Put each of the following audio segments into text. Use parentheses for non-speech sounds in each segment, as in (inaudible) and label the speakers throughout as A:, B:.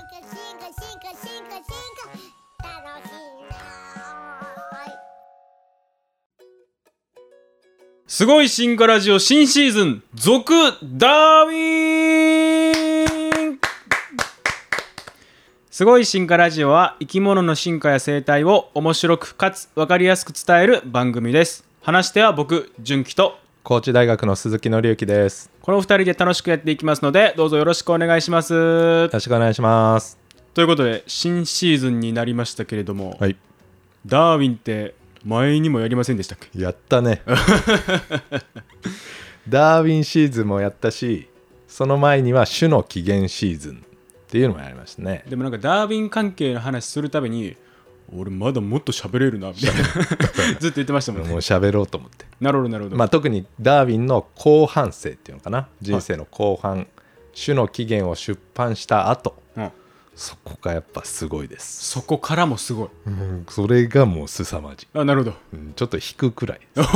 A: 化進化進化進化楽しいなーい
B: すごい進化ラジオ新シーズン続ダーウィンすごい進化ラジオは生き物の進化や生態を面白くかつ分かりやすく伝える番組です話しては僕純喜と
C: 高知大学の鈴木紀之です。
B: この2人で楽しくやっていきますのでどうぞよろしくお願いします
C: よろしくお願いします。
B: ということで新シーズンになりましたけれども、
C: はい、
B: ダーウィンって前にもやりませんでしたっけ
C: やったね。 (laughs) ダーウィンシーズンもやったし、その前には種の起源シーズンっていうのもやりましたね。
B: でもなんかダーウィン関係の話するたびに俺まだもっと喋れるなみたい
C: (laughs)
B: なずっと言ってましたもん
C: もう
B: ね
C: 喋ろうと思 (laughs) って。
B: なるほどなるほど、
C: まあ、特にダーウィンの後半生っていうのかな人生の後半、種の起源を出版した後
B: うん、
C: そこがやっぱすごいです、
B: そこからもすごい
C: うん、それがもう凄まじい、
B: あなるほど
C: うん、ちょっと引くくら
B: (laughs)
C: いです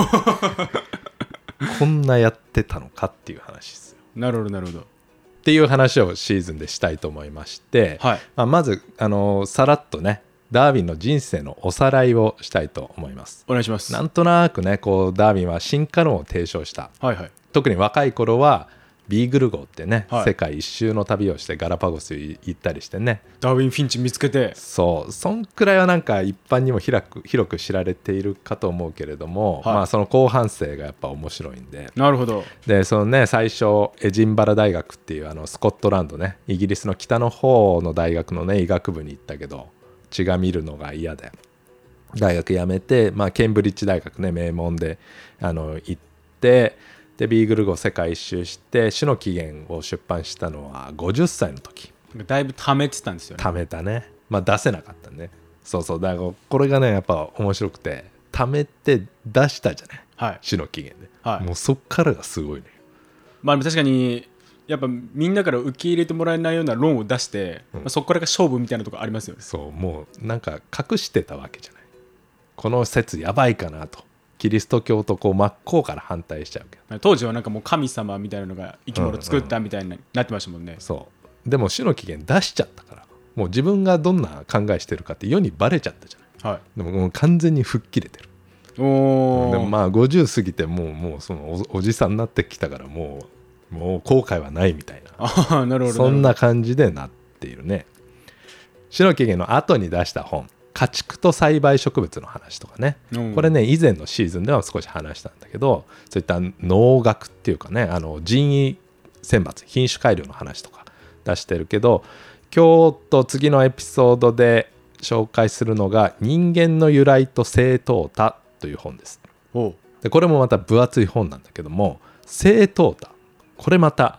C: こんなやってたのかっていう話ですよ
B: なるほどなるほど
C: っていう話をシーズンでしたいと思いまして、
B: はい
C: まあ、まずあのさらっとねダーウィンの人生のおさらいをしたいと思います
B: お願いします
C: なんとなくねこうダーウィンは進化論を提唱した
B: はいはい
C: 特に若い頃はビーグル号ってね、
B: はい
C: 世界一周の旅をしてガラパゴス行ったりしてね
B: ダーウィン・フィンチ見つけて
C: そうそんくらいはなんか一般にも広く広く知られているかと思うけれど
B: は
C: も、
B: い
C: まあその後半生がやっぱ面白いんで
B: なるほど
C: でそのね最初エジンバラ大学っていうあのスコットランドねイギリスの北の方の大学のね医学部に行ったけど血が見るのが嫌で大学辞めて、まあ、ケンブリッジ大学ね名門であの行ってでビーグル号世界一周して「種の起源」を出版したのは50歳の時
B: だいぶ溜めてたんですよね
C: 貯めたねまあ出せなかったねそうそうだからこれがねやっぱ面白くて貯めて出したじゃない
B: はい
C: 種の起源で、
B: はい
C: もうそっからがすごいね
B: まあでも確かにやっぱみんなから受け入れてもらえないような論を出して、まあ、そこからが勝負みたいなとこありますよね
C: そうもうなんか隠してたわけじゃないこの説やばいかなとキリスト教とこう真っ向から反対しちゃうけど
B: 当時はなんかもう神様みたいなのが生き物作ったみたいになってましたもんね、
C: そうでも種の起源出しちゃったからもう自分がどんな考えしてるかって世にバレちゃったじゃない
B: はい
C: でももう完全に吹っ切れてる
B: おお
C: でもまあ50過ぎてもうもうそのおおじさんになってきたからもうもう後悔はないみたいな
B: (laughs) ああなるほど
C: そんな感じでなっているね。白木源の後に出した本「家畜と栽培植物の話」とかね、
B: うん
C: これね以前のシーズンでは少し話したんだけどそういった農学っていうかねあの人為選抜品種改良の話とか出してるけど今日と次のエピソードで紹介するのが「人間の由来と正淘汰」という本です。
B: おう
C: でこれもまた分厚い本なんだけども正淘汰これまた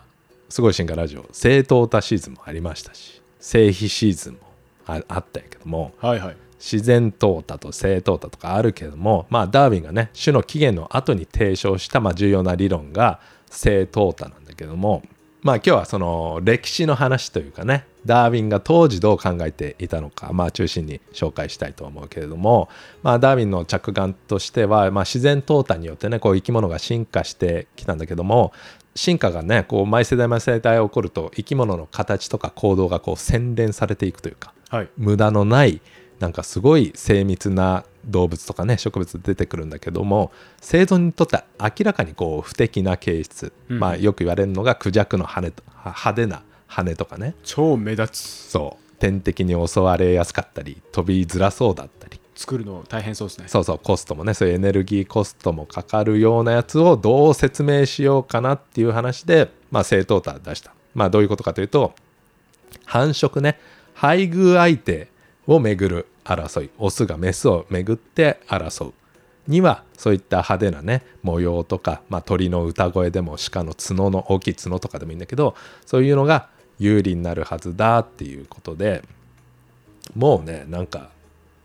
C: すごい進化ラジオ正淘汰シーズンもありましたし正非シーズンもああったんやけども
B: はいはい
C: 自然淘汰と正淘汰とかあるけどもまあダーウィンがね種の起源の後に提唱したまあ重要な理論が正淘汰なんだけどもまあ今日はその歴史の話というかねダーウィンが当時どう考えていたのかまあ中心に紹介したいと思うけれどもまあダーウィンの着眼としてはまあ自然淘汰によってねこう生き物が進化してきたんだけども進化がねこう毎世代毎世代起こると生き物の形とか行動がこう洗練されていくというか
B: はい
C: 無駄のないなんかすごい精密な動物とかね植物出てくるんだけども生存にとって明らかにこう不適な形質、
B: うん
C: まあよく言われるのがクジャクの羽とは派手な羽とかね
B: 超目立つ
C: そう天敵に襲われやすかったり飛びづらそうだったり
B: 作るの大変そうですね
C: そうそうコストもねそういうエネルギーコストもかかるようなやつをどう説明しようかなっていう話で、まあ、正淘汰出した、まあ、どういうことかというと繁殖ね配偶相手をめぐる争いオスがメスをめぐって争うにはそういった派手なね模様とか、まあ、鳥の歌声でも鹿の角の大きい角とかでもいいんだけどそういうのが有利になるはずだっていうことでもうねなんか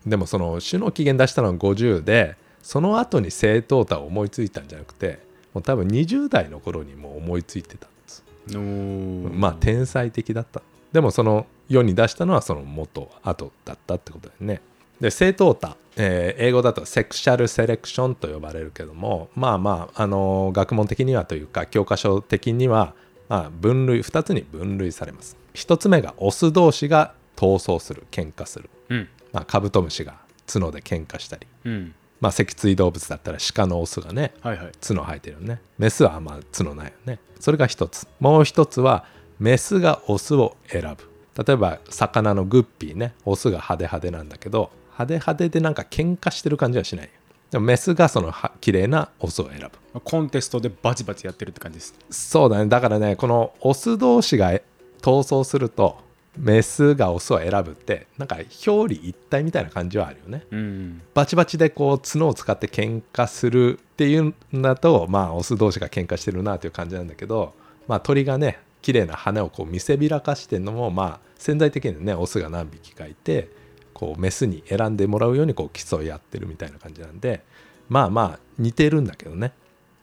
C: でもその種の起源出したのは50でその後に正淘汰を思いついたんじゃなくてもう多分20代の頃にもう思いついてたんです、
B: おー
C: まあ天才的だったでもその世に出したのはその元後だったってことだよねで正淘汰、えー英語だとセクシャルセレクションと呼ばれるけどもまあまあ、あのー学問的にはというか教科書的には、まあ、分類2つに分類されます1つ目がオス同士が闘争する喧嘩する、
B: うん
C: まあ、カブトムシが角で喧嘩したり、
B: うん
C: まあ、脊椎動物だったら鹿のオスがね
B: はいはい
C: 角生えてるよねメスはあんま角ないよねそれが一つもう一つはメスがオスを選ぶ例えば魚のグッピーねオスが派手派手なんだけど派手派手でなんか喧嘩してる感じはしないよでもメスがそのは綺麗なオスを選ぶ
B: コンテストでバチバチやってるって感じです
C: そうだねだからねこのオス同士がえ闘争するとメスがオスを選ぶってなんか表裏一体みたいな感じはあるよね
B: うん
C: バチバチでこう角を使って喧嘩するっていうんだとまあオス同士が喧嘩してるなという感じなんだけど、まあ、鳥がね綺麗な羽をこう見せびらかしてるのもまあ潜在的にねオスが何匹かいてこうメスに選んでもらうようにこう競い合ってるみたいな感じなんでまあまあ似てるんだけどね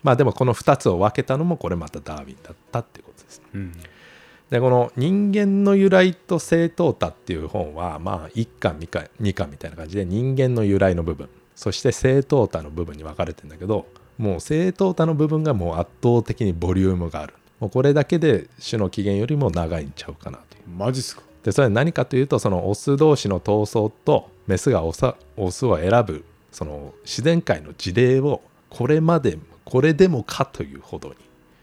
C: まあでもこの2つを分けたのもこれまたダーウィンだったっていうことですね。
B: うん
C: でこの「人間の由来と正当多」っていう本はまあ1巻2巻2巻みたいな感じで人間の由来の部分そして正当多の部分に分かれてんだけどもう正当多の部分がもう圧倒的にボリュームがあるもうこれだけで種の起源よりも長いんちゃうかなという
B: マジっすか
C: でそれは何かというとそのオス同士の闘争とメスがオスオスを選ぶその自然界の事例をこれまでこれでもかというほどに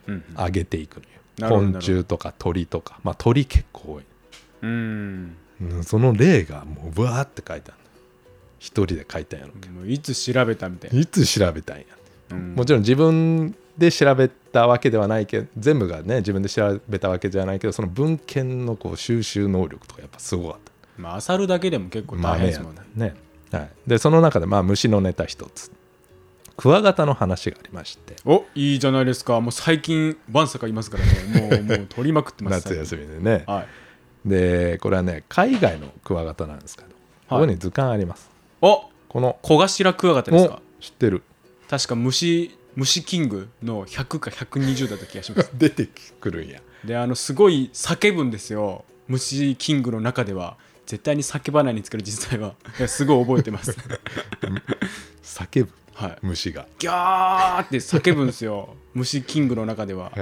B: うん
C: 上げていくの
B: なる
C: よ
B: ほど
C: 昆虫とか鳥とかまあ鳥結構多い、
B: うん
C: うんその例がもうわーって書いてあるの一人で書いたんやろ
B: もういつ調べたみたいな、
C: いつ調べたんや
B: うん
C: もちろん自分で調べたわけではないけど全部がね自分で調べたわけじゃないけどその文献のこう収集能力とかやっぱすごかった
B: まあ、漁るだけでも結構大変ですもんね。
C: 豆やねはい、でその中でまあ虫のネタ一つクワガタの話がありまして
B: おいいじゃないですか。もう最近、ワンサカいますからね。もう、もう取りまくってます。
C: (laughs) 夏休みでね
B: はい。
C: でこれはね海外のクワガタなんですけどここに図鑑あります、
B: お
C: この
B: 小頭クワガタですか。
C: お知ってる
B: 確か虫、虫キングの100か120だった気がします。
C: 出てくるんや
B: で、あの、すごい叫ぶんですよ。虫キングの中では。絶対に叫ばないんですけど、実際は。いやすごい覚えて
C: (laughs)
B: ます。
C: 叫ぶ
B: はい。
C: 虫が、
B: ギャーって叫ぶんですよ。虫キングの中では。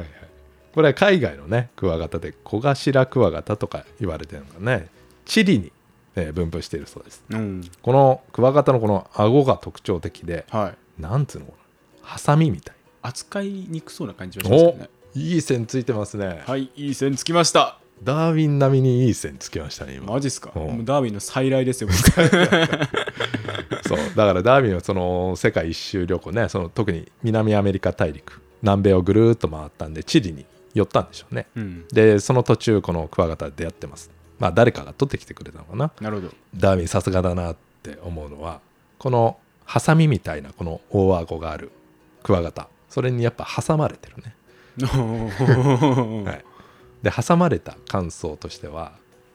C: これは海外のねクワガタで小頭クワガタとか言われてるのがねチリに、えー分布しているそうです
B: うん。
C: このクワガタのこの顎が特徴的で
B: はい。
C: なんつうのかなハサミみたい
B: 扱いにくそうな感じはしますけど
C: お
B: ね。
C: いい線ついてますね、
B: はい、いい線つきました。
C: ダーウィン並みにいい線つきましたね今
B: マジっすか。
C: うん
B: もうダーウィンの再来ですよ。僕
C: (laughs) そうだからダーウィンはその世界一周旅行ねその特に南アメリカ大陸南米をぐるーっと回ったんでチリに寄ったんでしょうね
B: うん。
C: でその途中このクワガタ出会ってますまあ誰かが取ってきてくれたのかな
B: なるほ
C: (laughs)
B: ど。
C: ダーウィンさすがだなって思うのはこのハサミみたいなこの大顎があるクワガタそれにやっぱ挟まれてるね、はい、で挟まれた感想としては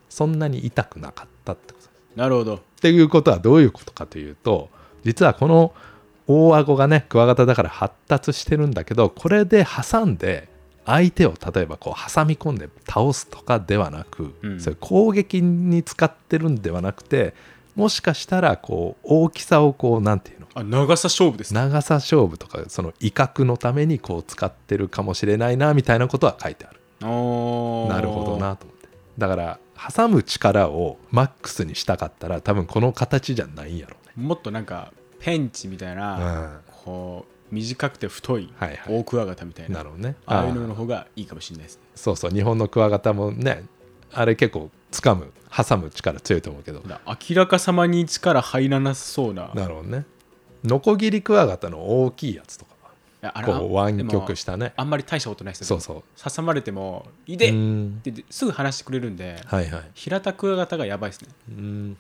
C: そんなに痛くなかったってこと
B: なるほど。
C: っていうことはどういうことかというと実はこの大顎がねクワガタだから発達してるんだけどこれで挟んで相手を例えばこう挟み込んで倒すとかではなく、
B: うん
C: そういう攻撃に使ってるんではなくてもしかしたらこう大きさをこうなんていうの
B: あ、長さ勝負ですね。
C: 長さ勝負とかその威嚇のためにこう使ってるかもしれないなみたいなことは書いてある
B: おー
C: なるほど。なと思ってだから挟む力をマックスにしたかったら多分この形じゃないんやろうね
B: もっとなんか、ペンチみたいな、こう、短くて太い、
C: はいはい
B: 大クワガタみたいな。
C: なるほどね
B: ああいう
C: あ
B: の
C: ー
B: の方がいいかもしれないですね。
C: そうそう日本のクワガタもねあれ結構掴む挟む力強いと思うけど
B: だ明らかさまに力入らなさそうな。い
C: なるほどねノコギリクワガタの大きいやつとか
B: やあ
C: は
B: れ
C: こう湾曲し
B: でも
C: たね
B: あんまり大したことないです
C: そう
B: よね。
C: そう
B: 挟まれても、いで
C: う
B: っ
C: ん
B: てすぐ話してくれるんで、
C: はいはい
B: 平田クワガタがやばいですね。
C: うん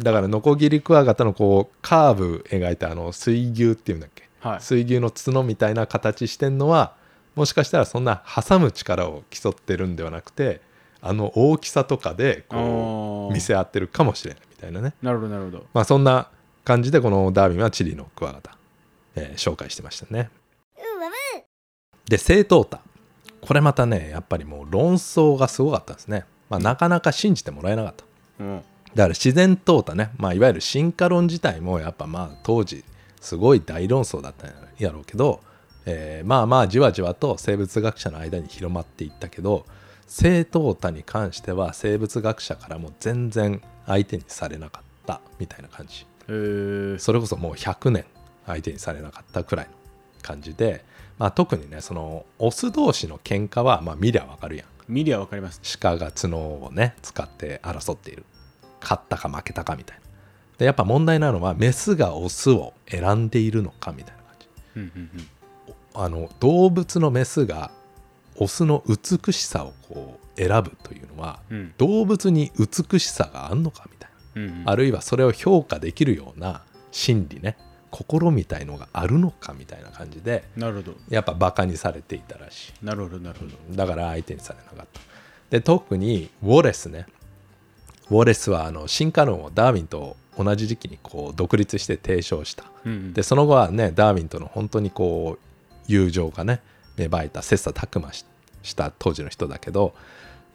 C: だからノコギリクワガタのこうカーブ描いたあの水牛っていうんだっけ、
B: はい
C: 水牛の角みたいな形してんのはもしかしたらそんな挟む力を競ってるんではなくてあの大きさとかでこ
B: あー
C: う見せ合ってるかもしれないみたいなね
B: なるほど、なるほど。
C: まあそんな感じでこのダーウィンはチリのクワガタ、えー紹介してましたね。
A: うわう
C: で正当多これまたねやっぱりもう論争がすごかったんですね。まあ、なかなか信じてもらえなかった。
B: うん。
C: だから自然淘汰ね、まあ、いわゆる進化論自体もやっぱまあ当時すごい大論争だったんやろうけど、えーまあまあじわじわと生物学者の間に広まっていったけど正淘汰に関しては生物学者からも全然相手にされなかったみたいな感じ
B: えー、
C: それこそもう100年相手にされなかったくらいの感じで、まあ、特にねそのオス同士の喧嘩はまあ見りゃわかるやん
B: 見りゃわかります
C: 鹿が角をね使って争っている勝ったか負けたかみたいなでやっぱ問題なのはメスがオスを選んでいるのかみたいな感じ
B: うんうんうん
C: あの動物のメスがオスの美しさをこう選ぶというのは
B: うん
C: 動物に美しさがあんのかみたい
B: うんうん
C: なあるいはそれを評価できるような心理ね心みたいのがあるのかみたいな感じで
B: なるほど
C: やっぱバカにされていたらしい
B: なるほどなるほど
C: だから相手にされなかったで特にウォレスねウォレスはあの進化論をダーウィンと同じ時期にこう独立して提唱した
B: うんうん
C: でその後はねダーウィンとの本当にこう友情がね芽生えた切磋琢磨しした当時の人だけど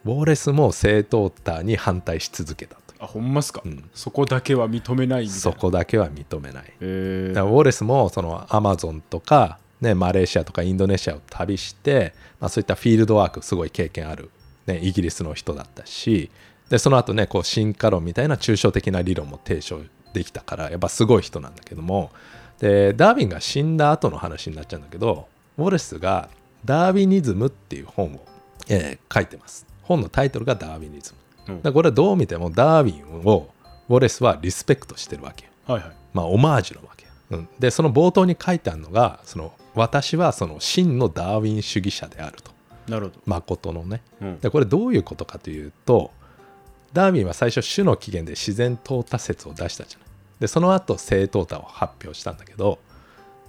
C: ウォーレスも正当タに反対し続けたとい
B: あほんますか、
C: うん
B: そこだけは認めないみたいな
C: うそこだけは認めない
B: え
C: だから
B: ー、
C: ウォレスもそのアマゾンとか、ね、マレーシアとかインドネシアを旅して、まあ、そういったフィールドワークすごい経験ある、ね、イギリスの人だったしでその後ねこう進化論みたいな抽象的な理論も提唱できたからやっぱすごい人なんだけどもでダーウィンが死んだ後の話になっちゃうんだけどウォレスが「ダーウィニズム」っていう本を、えー書いてます本のタイトルが「ダーウィニズム」だからこれはどう見てもダーウィンをウォレスはリスペクトしてるわけよ
B: はいはい
C: まあ、オマージュなわけ、うん、でその冒頭に書いてあるのがその私はその真のダーウィン主義者であると
B: なるほど、
C: 誠のね
B: うん、
C: でこれどういうことかというとダーウィンは最初種の起源で自然淘汰説を出したじゃないでその後正淘汰を発表したんだけど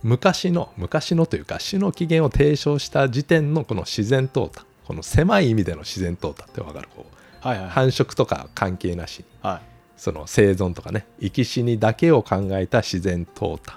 C: 昔の昔のというか種の起源を提唱した時点のこの自然淘汰この狭い意味での自然淘汰ってわかるこう
B: はいはいはい
C: 繁殖とか関係なしに
B: はい
C: その生存とかね生き死にだけを考えた自然淘汰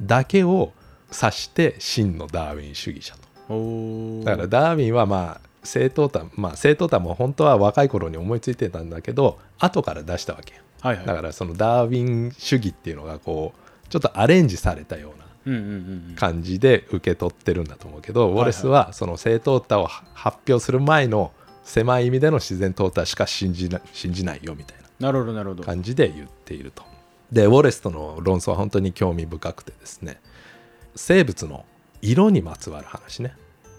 C: だけを指して真のダーウィン主義者と
B: おお
C: だからダーウィンはまあ正淘汰まあ正淘汰も本当は若い頃に思いついてたんだけど後から出したわけよ
B: はいはい
C: だからそのダーウィン主義っていうのがこうちょっとアレンジされたような
B: うんうんうんうん
C: 感じで受け取ってるんだと思うけど、
B: い
C: ウォレスはその正淘汰を発表する前の狭い意味での自然淘汰しか信じな信じないよみたいな
B: なるほどなるほど
C: 感じで言っていると。でウォレスとの論争は本当に興味深くてですね生物の色にまつわる話ね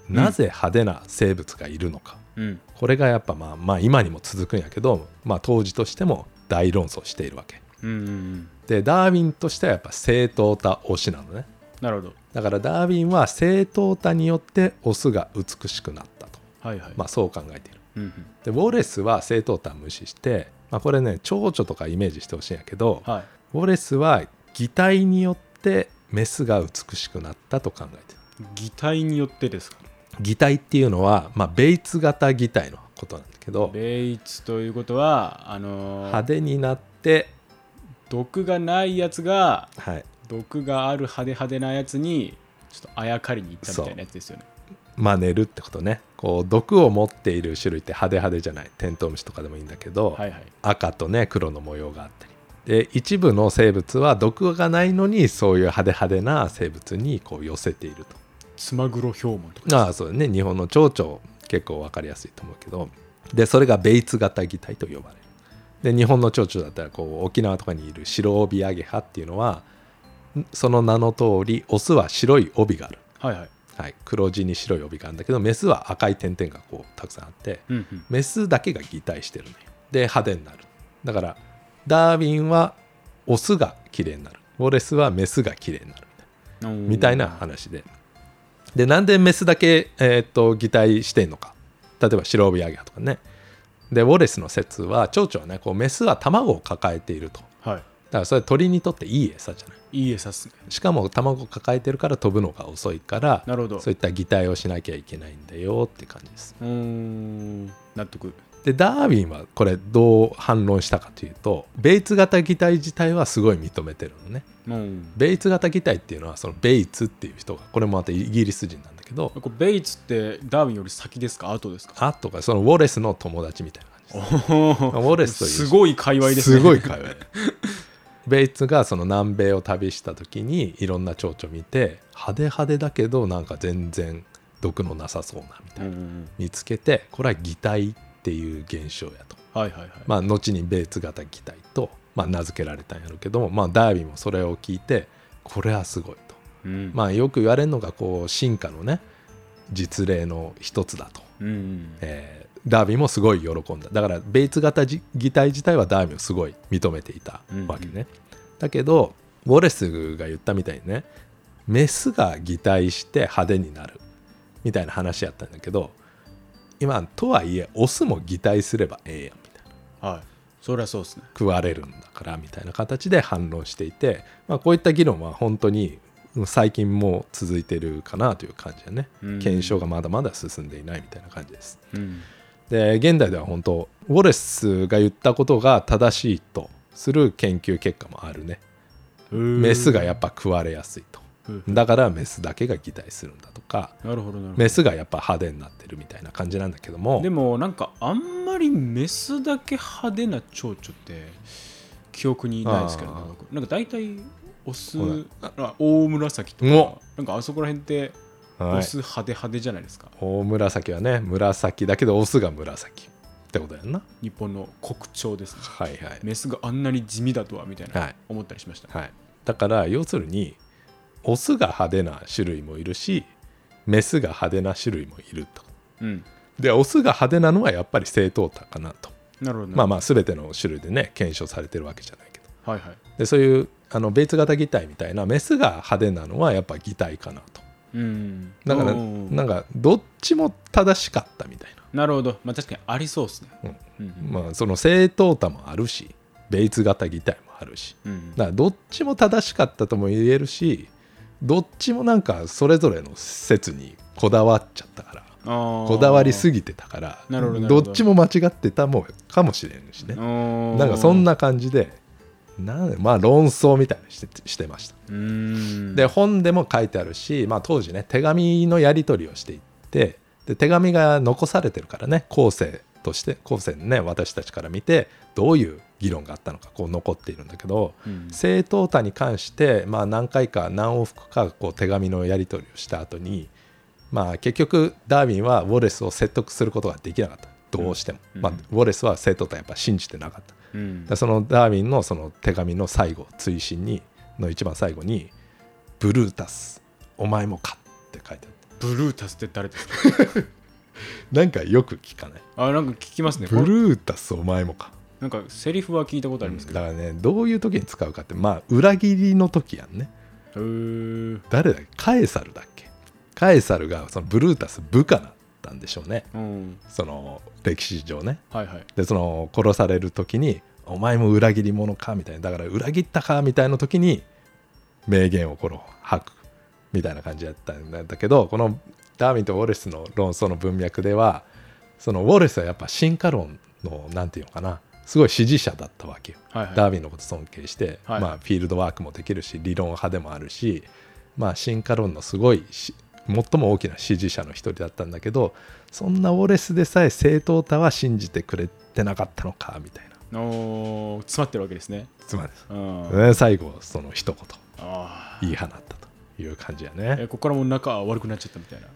B: ん
C: なぜ派手な生物がいるのか、
B: うん
C: これがやっぱまあまあ今にも続くんやけど、まあ、当時としても大論争しているわけ
B: うんうんうん
C: でダーウィンとしてはやっぱ正当多推しなのね
B: なるほど
C: だからダーウィンは正当多によってオスが美しくなったと、
B: はいはい
C: まあ、そう考えている
B: うんうん
C: でウォレスは正当多は無視して、まあ、これね蝶々とかイメージしてほしいんやけど、
B: はい
C: ウォレスは擬態によってメスが美しくなったと考えてる
B: 擬態によってですか
C: 擬態っていうのは、まあ、ベイツ型擬態のことなんだけど
B: ベイツということはあのー
C: 派手になって、
B: 毒がないやつが
C: はい、
B: 毒がある派手派手なやつにちょっとあやかりに行ったみたいなやつですよね
C: 真似るってことねこう毒を持っている種類って派手派手じゃないテントウムシとかでもいいんだけど、
B: はいはい
C: 赤とね黒の模様があったりで一部の生物は毒がないのにそういう派手派手な生物にこう寄せていると。
B: つまぐろヒョウモンとか
C: ああそうだね日本の蝶々結構分かりやすいと思うけどでそれがベイツ型擬態と呼ばれるで日本の蝶々だったらこう沖縄とかにいる白帯揚げ葉っていうのはんその名の通りオスは白い帯がある、
B: はいはい
C: はい、黒地に白い帯があるんだけどメスは赤い点々がこうたくさんあって
B: うんうん
C: メスだけが擬態してるのよで派手になるだからダーウィンはオスが綺麗になるウォレスはメスが綺麗になるみたいな話で。で、なんでメスだけ、えーっと擬態してんのか。例えば、白帯揚げとかね。で、ウォレスの説は、蝶々はね、こうメスは卵を抱えていると。だ
B: は
C: から、それ鳥にとっていい餌じゃない。
B: いいい餌っすね
C: しかも、卵を抱えてるから飛ぶのが遅いから、
B: なるほど
C: そういった擬態をしなきゃいけないんだよって感じです。
B: うーん納得
C: で、ダーウィンはこれ、どう反論したかというと、ベイツ型擬態自体はすごい認めてるのね。
B: うん
C: ベイツ型擬態っていうのは、そのベイツっていう人が、これもまたイギリス人なんだけど、
B: これベイツってダーウィンより先ですか後
C: (laughs)
B: ですか
C: あとかそのウォレスの友達みたいな感じです
B: お
C: ウォレスという
B: すごい界隈ですね
C: すごい会話ベイツがその南米を旅した時にいろんな蝶々見て派手派手だけどなんか全然毒のなさそうなみたいな、
B: うんうん
C: 見つけてこれは擬態っていう現象やと、
B: うんはいはいはい、
C: まあ、後にベーツ型擬態と、まあ、名付けられたんやろうけども、まあ、ダーウィンもそれを聞いてこれはすごいと、
B: うん
C: まあ、よく言われるのがこう進化のね実例の一つだと、
B: うんうん
C: えーダーウィンもすごい喜んだだからベーツ型じ擬態自体はダーウィンをすごい認めていたわけね、
B: うんう
C: だけどウォレスが言ったみたいにねメスが擬態して派手になるみたいな話やったんだけど今とはいえオスも擬態すればええやんみたいな
B: はいそりゃそうですね
C: 食われるんだからみたいな形で反論していて、まあ、こういった議論は本当に最近も続いてるかなという感じだね、
B: うん
C: 検証がまだまだ進んでいないみたいな感じです
B: うん
C: で現代では本当ウォレスが言ったことが正しいとする研究結果もあるねメスがやっぱ食われやすいと
B: うん
C: だからメスだけが擬態するんだとか
B: なるほどなるほど
C: メスがやっぱ派手になってるみたいな感じなんだけども
B: でもなんかあんまりメスだけ派手な蝶々って記憶にないですけどね
C: あー
B: 僕なんか大体オス
C: ほら
B: あ大紫と
C: お
B: かなんかあそこら辺って
C: はい
B: オス派手派手じゃないですか、
C: 大紫はね紫だけどオスが紫ってことやんな
B: 日本の国鳥ですね
C: はいはい
B: メスがあんなに地味だとはみたい
C: は
B: ない思ったりしました、
C: はい、だから要するにオスが派手な種類もいるしメスが派手な種類もいると
B: うん
C: でオスが派手なのはやっぱり正当多かなと
B: なるほどな
C: まあまあ全ての種類でね検証されてるわけじゃないけど
B: はいはい
C: でそういうあのベーツ型擬態みたいなメスが派手なのはやっぱ擬態かなと
B: うん
C: だから
B: おー
C: なんかどっちも正しかったみたい
B: なるほどまあ確かにありそうですね
C: な、
B: うん
C: うんまあその正当多もあるしベーツ型擬態もあるし
B: うんうん
C: だからどっちも正しかったとも言えるしどっちもなんかそれぞれの説にこだわっちゃったからこ
B: こ
C: だわりすぎてたから
B: なるほどなるほど
C: っちも間違ってたもかもしれんしねな
B: なん
C: かそんな感じでなんまあ論争みたいなのしてしてました、
B: うん
C: で本でも書いてあるし、まあ、当時ね手紙のやり取りをしていってで手紙が残されてるからね後世として後世のね私たちから見てどういう議論があったのかこう残っているんだけど、
B: うん
C: 正当多に関して、まあ、何回か何往復かこう手紙のやり取りをした後にまあ結局ダーウィンはウォレスを説得することができなかったどうしても、
B: うん
C: まあ、ウォレスは正当多やっぱ信じてなかっただか
B: うん
C: らそのダーウィンのその手紙の最後追伸にの一番最後に「ブルータスお前もか」って書いてあった
B: ブルータスって誰ですか
C: なんかよく聞かない
B: あなんか聞きますね
C: 「ブルータスお前もか」
B: なんかセリフは聞いたことありますけど
C: だ、からねどういう時に使うかってまあ裏切りの時やんね
B: うー
C: 誰だっけカエサルだっけカエサルがそのブルータス部下だったんでしょうね
B: うん
C: その歴史上ね
B: はいはい
C: でその殺される時に「お前も裏切り者か」みたいなだから裏切ったかみたいな時に名言をこの吐くみたいな感じだったんだけどこのダーウィンとウォレスの論争の文脈ではそのウォレスはやっぱ進化論のなんていうのかなすごい支持者だったわけよ
B: はいはい
C: ダーウィンのこと尊敬して、
B: はい
C: まあ、フィールドワークもできるし理論派でもあるし、まあ、進化論のすごいし最も大きな支持者の一人だったんだけどそんなウォレスでさえ正当多は信じてくれてなかったのかみたいな
B: おー詰まってるわけですね
C: つまり
B: うん
C: です、ね、最後その一言
B: あ
C: 言い放ったという感じや
B: ーえ
C: ね
B: ここからもう仲悪くなっちゃったみたいな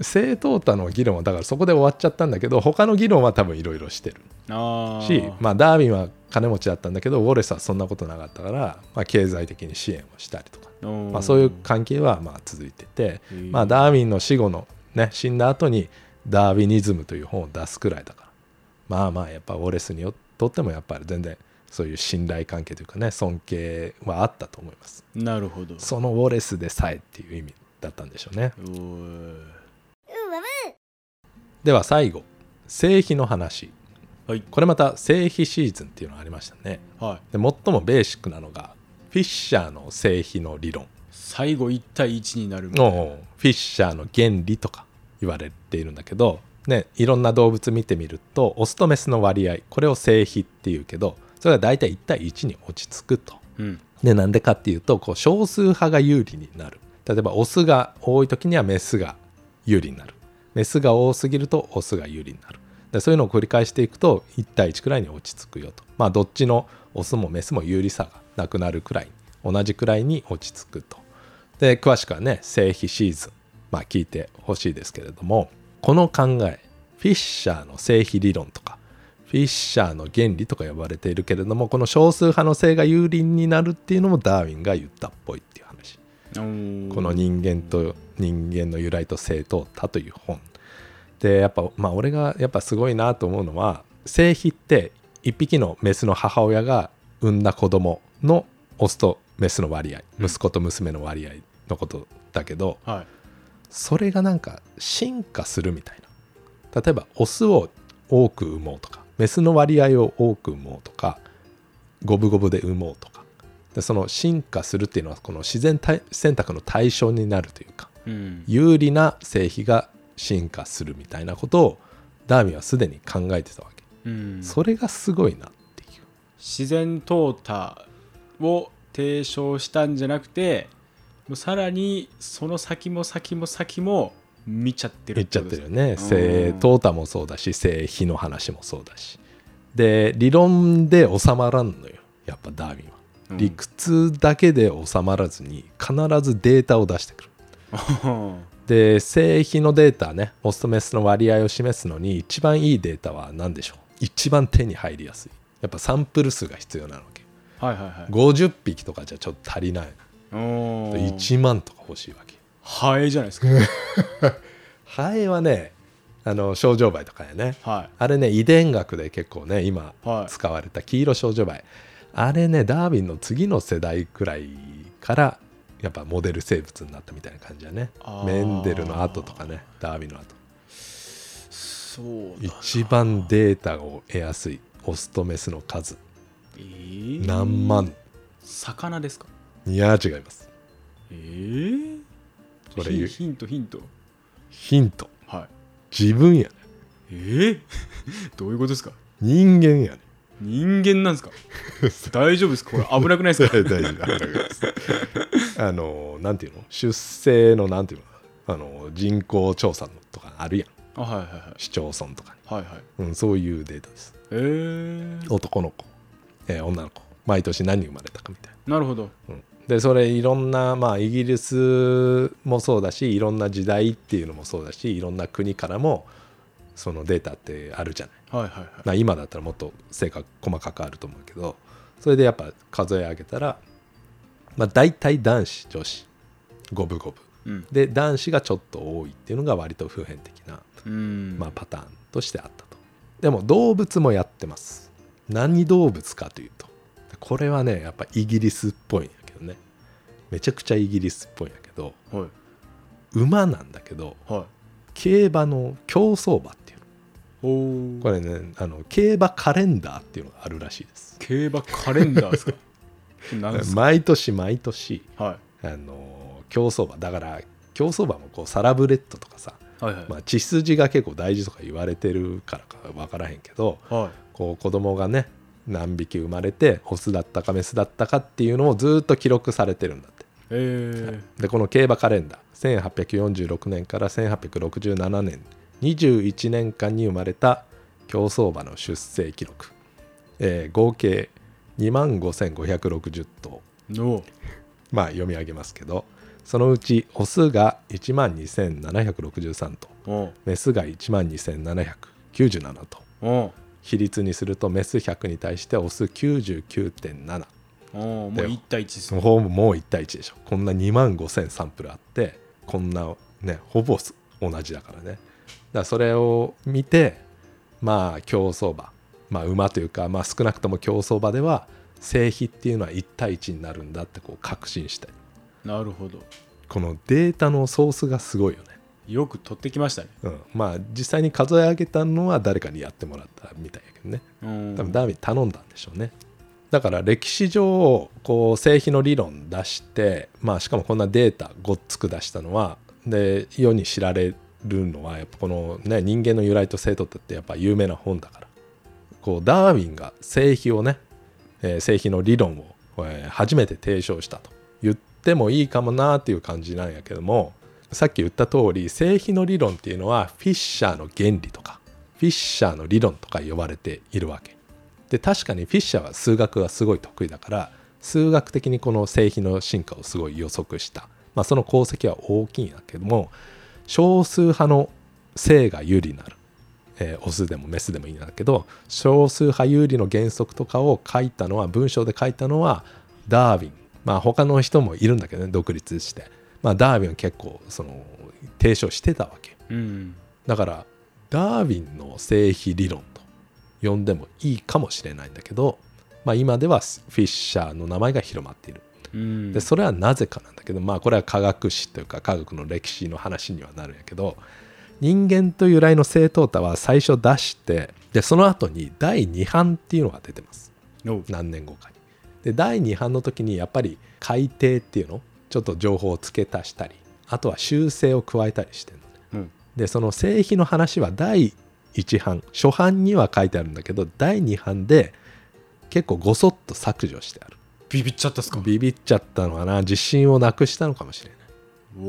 C: 正当多の議論はだからそこで終わっちゃったんだけど他の議論は多分いろいろしてる
B: あー
C: しまあ、ダーウィンは金持ちだったんだけどウォレスはそんなことなかったから、まあ、経済的に支援をしたりとか
B: おー
C: まあ、そういう関係はまあ続いてて、
B: うん
C: まあ、ダーウィンの死後の、ね、死んだ後に「ダーウィニズム」という本を出すくらいだからまあまあやっぱウォレスによとってもやっぱり全然そういう信頼関係というかね尊敬はあったと思います
B: なるほど
C: そのウォレスでさえっていう意味だったんでしょうね
B: おー
A: うわわ
C: では最後性比の話
B: はい
C: これまた性比シーズンっていうのがありましたね
B: はい
C: で最もベーシックなのがフィッシャーの性比の理論
B: 最後1対1になるみたいな
C: のフィッシャーの原理とか言われているんだけど、ね、いろんな動物見てみるとオスとメスの割合これを性比っていうけどそれが大体1対1に落ち着くと。
B: うん
C: でなんでかっていうとこう少数派が有利になる例えばオスが多い時にはメスが有利になるメスが多すぎるとオスが有利になるでそういうのを繰り返していくと1対1くらいに落ち着くよとまあどっちのオスもメスも有利さがなくなるくらい同じくらいに落ち着くとで詳しくはね「性比シーズン」まあ、聞いてほしいですけれどもこの考えフィッシャーの正比理論とかフィッシャーの原理とか呼ばれているけれどもこの少数派の性が有利になるっていうのもダーウィンが言ったっぽいっていう話こ
B: こ
C: の人間と人間の由来と正当他という本でやっぱまあ俺がやっぱすごいなと思うのは性比って一匹のメスの母親が産んだ子供のオスとメスの割合
B: うん
C: 息子と娘の割合のことだけど、
B: はい
C: それがなんか進化するみたいな例えばオスを多く産もうとかメスの割合を多く産もうとか五分五分で産もうとかでその進化するっていうのはこの自然体選択の対象になるというか
B: うん
C: 有利な性比が進化するみたいなことをダーウィンはすでに考えてたわけ、
B: うん
C: それがすごいなっていう
B: 自然淘汰を提唱したんじゃなくてもうさらにその先も先も先も見ちゃってる
C: 言っちゃってるよ
B: よ
C: ね
B: うん
C: 性淘汰もそうだし性比の話もそうだしで理論で収まらんのよやっぱダーウィンは
B: うん
C: 理屈だけで収まらずに必ずデータを出してくるで性比のデータねオスとメスの割合を示すのに一番いいデータは何でしょう一番手に入りやすいやっぱサンプル数が必要なわけ
B: (laughs) はいはいはい
C: 50匹とかじゃちょっと足りない
B: おー
C: 1万とか欲しいわけ
B: ハエじゃないですか
C: ハエはねあの症状梅とかやね
B: は
C: あれね遺伝学で結構ね今
B: はい
C: 使われた黄色少女梅、あれねダーウィンの次の世代くらいからやっぱモデル生物になったみたいな感じだね
B: あー
C: メンデルの後とかねダーウィンの後
B: いそうだ
C: 一番データを得やすいオスとメスの数
B: えー
C: 何万
B: 魚ですか
C: いや違います
B: えー、
C: これ
B: ヒ
C: 言う
B: ヒントヒント
C: ヒント
B: はい
C: 自分やね
B: えー、どういうことですか
C: 人間やね
B: 人間なんですか大丈夫ですかこれ危なくないですか
C: 大丈夫ありがとうございます (laughs) あのなんていうの出生のなんていうのあの人口調査のとかあるやん
B: あはいはいはい
C: 市町村とかに
B: はいはい
C: うん、そういうデータです。
B: えー、
C: 男の子、えー女の子、毎年何人生まれたかみたい
B: なるほど
C: な。うん、で、それいろんな、まあ、イギリスもそうだし、いろんな時代っていうのもそうだし、いろんな国からもそのデータってあるじゃない。
B: はいはいはい
C: まあ、今だったらもっと正確、細かくあると思うけど、それでやっぱ数え上げたら、まあ、大体男子、女子、五分五分。
B: うん
C: で、男子がちょっと多いっていうのが割と普遍的な
B: うん
C: まあ、パターンとしてあったとでも動物もやってます何動物かというとこれはねやっぱイギリスっぽいんやけどねめちゃくちゃイギリスっぽいんやけど
B: はい
C: 馬なんだけど
B: はい
C: 競馬の競走馬っていうの
B: おお
C: これねあの競馬カレンダーっていうのがあるらしいです
B: 競馬カレンダーですか何ですか
C: 毎年毎年
B: は
C: あの競走馬だから競走馬もこうサラブレッドとかさ、
B: いはいはい、
C: まあ、血筋が結構大事とか言われてるからか分からへんけど、
B: はい
C: こう子供がね何匹生まれてオスだったかメスだったかっていうのをずっと記録されてるんだって
B: えー、
C: でこの競馬カレンダー1846年から1867年21年間に生まれた競走馬の出生記録、えー合計2万5560頭
B: の
C: まあ読み上げますけどそのうちオスが1万2763頭
B: お
C: メスが1万2797頭
B: お
C: 比率にするとメス100に対してオス99.7
B: おもう
C: で
B: 1対1です
C: その方ももう1対1でしょこんな2万5000サンプルあってこんなねほぼす同じだからねだからそれを見てまあ競走馬まあ馬というか、まあ、少なくとも競走馬では性比っていうのは1対1になるんだってこう確信したい
B: なるほど
C: このデータのソースがすごいよね、
B: よく取ってきましたね
C: うん、まあ実際に数え上げたのは誰かにやってもらったみたいやけどね
B: うん
C: 多分ダーウィン頼んだんでしょうねだから歴史上こう製品の理論出して、まあ、しかもこんなデータごっつく出したのはで世に知られるのはやっぱこの、ね、人間の由来と生徒ってやっぱ有名な本だからこうダーウィンが製品をね、えー、製品の理論を、えー初めて提唱したと言ってもいいかもなっていう感じなんやけどもさっき言った通り製品の理論っていうのはフィッシャーの原理とかフィッシャーの理論とか呼ばれているわけ。で確かにフィッシャーは数学がすごい得意だから数学的にこの製品の進化をすごい予測した、まあ、その功績は大きいんだけども少数派の性が有利になる、えーオスでもメスでもいいんだけど少数派有利の原則とかを書いたのは文章で書いたのはダーウィンまあ他の人もいるんだけどね独立して、まあ、ダーウィンは結構その提唱してたわけ
B: うん
C: だからダーウィンの性比理論と呼んでもいいかもしれないんだけど、まあ、今ではフィッシャーの名前が広まっている
B: うん
C: でそれはなぜかなんだけどまあこれは科学史というか科学の歴史の話にはなるんやけど人間という由来の正答多は最初出してでその後に第2版っていうのが出てます
B: おう
C: 何年後かに。で第2版の時にやっぱり改訂っていうのちょっと情報を付け足したりあとは修正を加えたりしてるのね
B: うん
C: でその製品の話は第1版初版には書いてあるんだけど第2版で結構ごそっと削除してある
B: ビビっちゃったっすか
C: ビビっちゃったのかな自信をなくしたのかもしれない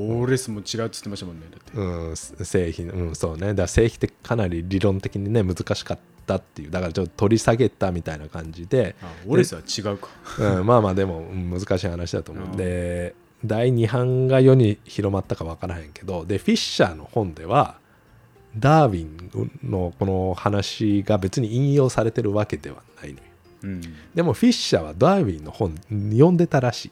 B: ウォーレスも違うっつってましたもんねだって
C: うん、製品、うん、そうね。だから製品ってかなり理論的にね、難しかったっていう。だからちょっと取り下げたみたいな感じで、
B: あウォーレスは違うか
C: うん、まあまあでも、うん難しい話だと思
B: う
C: うんんで、第2版が世に広まったかわからへんけど、で、フィッシャーの本では、ダーウィンのこの話が別に引用されてるわけではないのよ。
B: うん
C: でもフィッシャーはダーウィンの本読んでたらしい。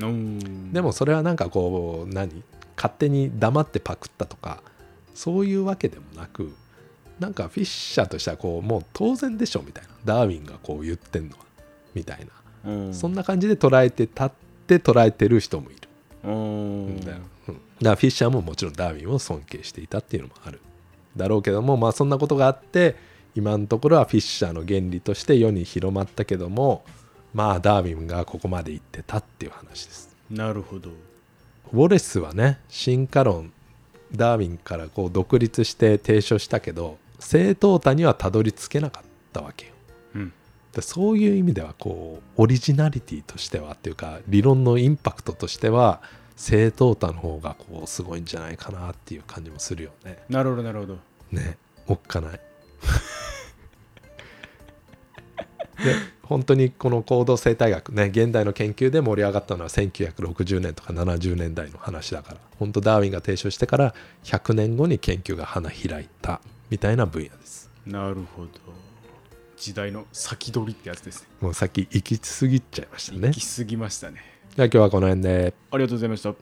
B: おー
C: でもそれはなんかこう何勝手に黙ってパクったとかそういうわけでもなくなんかフィッシャーとしてはこうもう当然でしょみたいなダーウィンがこう言ってんのはみたいな、
B: うん
C: そんな感じで捉えて立って捉えてる人もい
B: お
C: るんだよ、
B: ー
C: うんだからフィッシャーももちろんダーウィンを尊敬していたっていうのもあるだろうけどもまあそんなことがあって今のところはフィッシャーの原理として世に広まったけどもまあダーウィンがここまで行ってたっていう話です
B: なるほど
C: ウォレスはね進化論ダーウィンからこう独立して提唱したけど正当多にはたどり着けなかったわけよ
B: うん
C: でそういう意味ではこうオリジナリティとしてはっていうか理論のインパクトとしては正当多の方がこうすごいんじゃないかなっていう感じもするよね
B: なるほどなるほど
C: ねおっかない (laughs) で本当にこの行動生態学ね現代の研究で盛り上がったのは1960年とか70年代の話だから本当ダーウィンが提唱してから100年後に研究が花開いたみたいな分野です
B: なるほど時代の先取りってやつですね
C: もうさっき行き過ぎちゃいましたね
B: 行き過ぎましたね
C: じゃあ今日はこの辺で
B: ありがとうございました